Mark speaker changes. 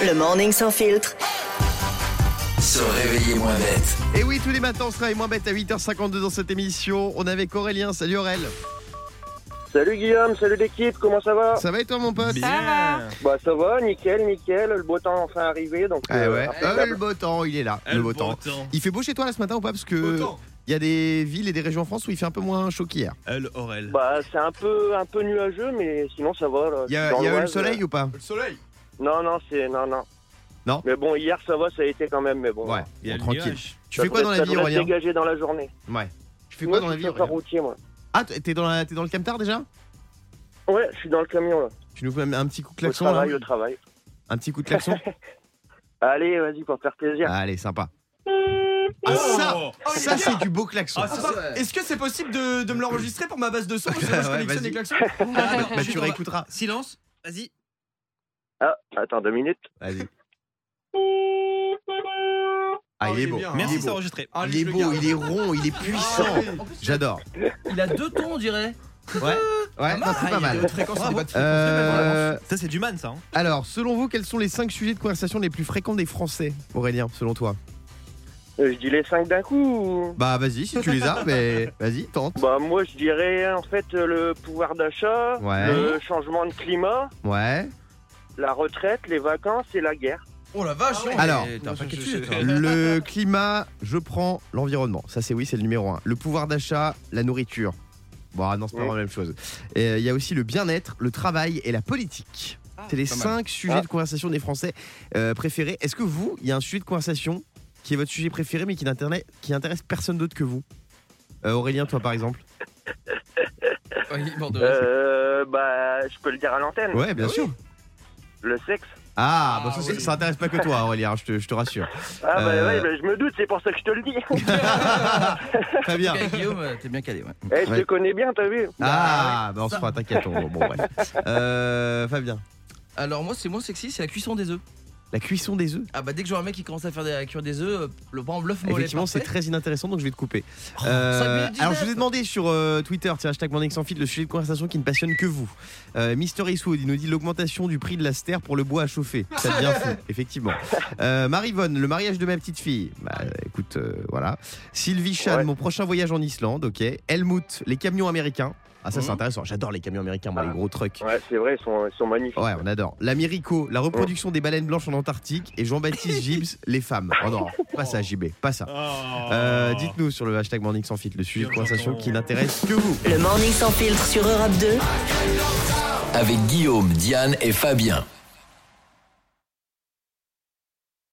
Speaker 1: Le morning sans filtre.
Speaker 2: Se réveiller moins bête.
Speaker 3: Et oui, tous les matins, on sera et moins bête à 8h52 dans cette émission. On est avec Aurélien. Salut Aurel.
Speaker 4: Salut Guillaume, salut l'équipe, comment ça va
Speaker 3: Ça va et toi, mon pote
Speaker 5: va.
Speaker 4: Bah ça va, nickel, nickel, le beau temps est enfin arrivé donc.
Speaker 3: Eh
Speaker 4: euh,
Speaker 3: ouais.
Speaker 4: impeccable.
Speaker 3: Euh, le beau temps, il est là. Le beau temps. Il fait beau chez toi là ce matin ou pas Parce
Speaker 6: Euh,
Speaker 3: que il y a des villes et des régions en France où il fait un peu moins chaud qu'hier.
Speaker 6: Elle, Aurel.
Speaker 4: Bah c'est un peu un peu nuageux mais sinon ça va. là.
Speaker 3: Il y a,
Speaker 4: Dans
Speaker 3: il y a eu le
Speaker 4: l'Oise,
Speaker 3: soleil ou pas
Speaker 6: Le soleil.
Speaker 4: euh, Non non c'est non non.
Speaker 3: Non.
Speaker 4: Mais bon hier ça va, ça a été quand même mais bon.
Speaker 3: Ouais,
Speaker 6: Il y a
Speaker 3: bon,
Speaker 6: le
Speaker 3: tranquille.
Speaker 6: nuage.
Speaker 3: Tu fais quoi dans la vie, Aurélien
Speaker 4: dégagé dans la journée.
Speaker 3: Ouais. Tu fais
Speaker 4: Moi,
Speaker 3: quoi dans la vie,
Speaker 4: Je suis chauffeur
Speaker 3: Aurélien
Speaker 4: routier moi.
Speaker 3: Ah, t'es t'es dans, la- t'es dans le camtar déjà
Speaker 4: Ouais, je suis dans le camion là.
Speaker 3: Tu nous fais un un petit coup de
Speaker 4: Au
Speaker 3: klaxon hein. là
Speaker 4: travail, au travail.
Speaker 3: Un petit coup de klaxon
Speaker 4: Allez, vas-y pour faire plaisir.
Speaker 3: Allez, sympa. Ah, ça
Speaker 6: Oh, il est
Speaker 3: Ça,
Speaker 6: bien.
Speaker 3: c'est du beau klaxon.
Speaker 6: Ah, c'est ça. Est-ce que c'est possible de, de me l'enregistrer pour ma base de son Parce que moi, je
Speaker 3: Ouais,
Speaker 6: collectionne
Speaker 3: vas-y.
Speaker 6: les klaxons.
Speaker 3: Bah, tu réécouteras.
Speaker 7: Silence, vas-y.
Speaker 4: Ah, attends deux minutes.
Speaker 3: Vas-y. Ah, il est beau.
Speaker 6: bien, hein.
Speaker 3: Il est
Speaker 7: Merci, c'est
Speaker 3: beau.
Speaker 7: enregistré.
Speaker 6: Ah,
Speaker 3: Il est
Speaker 6: je le
Speaker 3: beau,
Speaker 6: garde. Ah,
Speaker 3: il est rond, il est puissant. J'adore.
Speaker 7: Il a deux tons, on dirait.
Speaker 3: Ouais, non, c'est pas mal.
Speaker 6: Euh,
Speaker 3: Euh,
Speaker 7: Ça, c'est du man, ça. hein.
Speaker 3: alors, selon vous, quels sont les 5 sujets de conversation les plus fréquents des Français, Aurélien, selon toi
Speaker 4: Euh, Je dis les cinq d'un coup ou...
Speaker 3: Bah, vas-y, si tu les as, mais vas-y, tente.
Speaker 4: Bah moi je dirais en fait euh, le pouvoir d'achat,
Speaker 3: Ouais.
Speaker 4: le changement de climat,
Speaker 3: Ouais.
Speaker 4: la retraite, les vacances et la guerre.
Speaker 7: Oh la vache, non,
Speaker 3: Alors,
Speaker 7: mais t'as un
Speaker 6: je-
Speaker 7: paquet de
Speaker 6: je-
Speaker 7: sujets, toi.
Speaker 3: Le climat, je prends l'environnement. Ça, c'est oui, c'est le numéro 1. Le pouvoir d'achat, la nourriture. Bon, ah non, c'est pas
Speaker 4: Oui.
Speaker 3: vraiment la même chose. Et, euh, Il y a aussi le bien-être, le travail et la politique. C'est les
Speaker 7: Ah, pas mal.
Speaker 3: 5 sujets de conversation des Français euh, préférés. Est-ce que vous, il y a un sujet de conversation qui est votre sujet préféré mais qui n'intéresse qui n'intéresse personne d'autre que vous Euh, Aurélien, toi par exemple
Speaker 7: Ouais, il est mort de rire.
Speaker 4: Euh, bah je peux le dire à l'antenne,
Speaker 3: Ouais, bien sûr.
Speaker 4: le sexe.
Speaker 3: Ah,
Speaker 7: Ah,
Speaker 3: bon, ça, c'est-
Speaker 7: oui.
Speaker 3: ça intéresse pas que toi, Aurélien, je te, je te rassure.
Speaker 4: Ah bah
Speaker 3: Euh.
Speaker 4: ouais, bah, je me doute, c'est pour ça que je te le dis.
Speaker 3: Très bien.
Speaker 7: Ok, Guillaume, euh, t'es bien calé. Ouais.
Speaker 4: Eh, je
Speaker 3: Ouais.
Speaker 4: te connais bien, t'as vu
Speaker 3: Ah, bah on se fera, t'inquiète. on- Bon, bref. Euh, Fabien,
Speaker 7: Alors, moi, c'est moins sexy, c'est la cuisson des œufs.
Speaker 3: la cuisson des œufs
Speaker 7: Ah, bah, dès que je vois un mec qui commence à faire des, à cuire des œufs, euh, le pan bluff mollet.
Speaker 3: Effectivement, c'est
Speaker 7: parfait.
Speaker 3: très inintéressant, donc je vais te couper.
Speaker 7: Oh,
Speaker 3: Euh,
Speaker 7: cinq minutes
Speaker 3: alors, je vous ai
Speaker 7: 19.
Speaker 3: demandé sur euh, Twitter, tiens, hashtag Morning sans fil, le sujet de conversation qui ne passionne que vous. Euh, Mister Eastwood, il nous dit l'augmentation du prix de la stère pour le bois à chauffer. Ça devient fou, effectivement. Euh, Marivonne, le mariage de ma petite fille. Bah, écoute, euh, voilà. Sylvie Chan,
Speaker 4: Ouais.
Speaker 3: mon prochain voyage en Islande, ok. Helmut, les camions américains. Ah, ça, c'est intéressant. J'adore les camions américains, moi, les gros trucks.
Speaker 4: Ouais, c'est vrai, ils sont, ils sont magnifiques.
Speaker 3: Ouais, on adore. L'Américo, la reproduction des baleines blanches en Antarctique. Et Jean-Baptiste Gibbs, les femmes. Oh non, pas ça, JB, pas ça.
Speaker 6: Oh.
Speaker 3: Euh, Dites-nous sur le hashtag Morning sans filtre le sujet de conversation qui n'intéresse que vous.
Speaker 1: Le morning sans filtre sur Europe 2.
Speaker 2: Avec Guillaume, Diane et Fabien.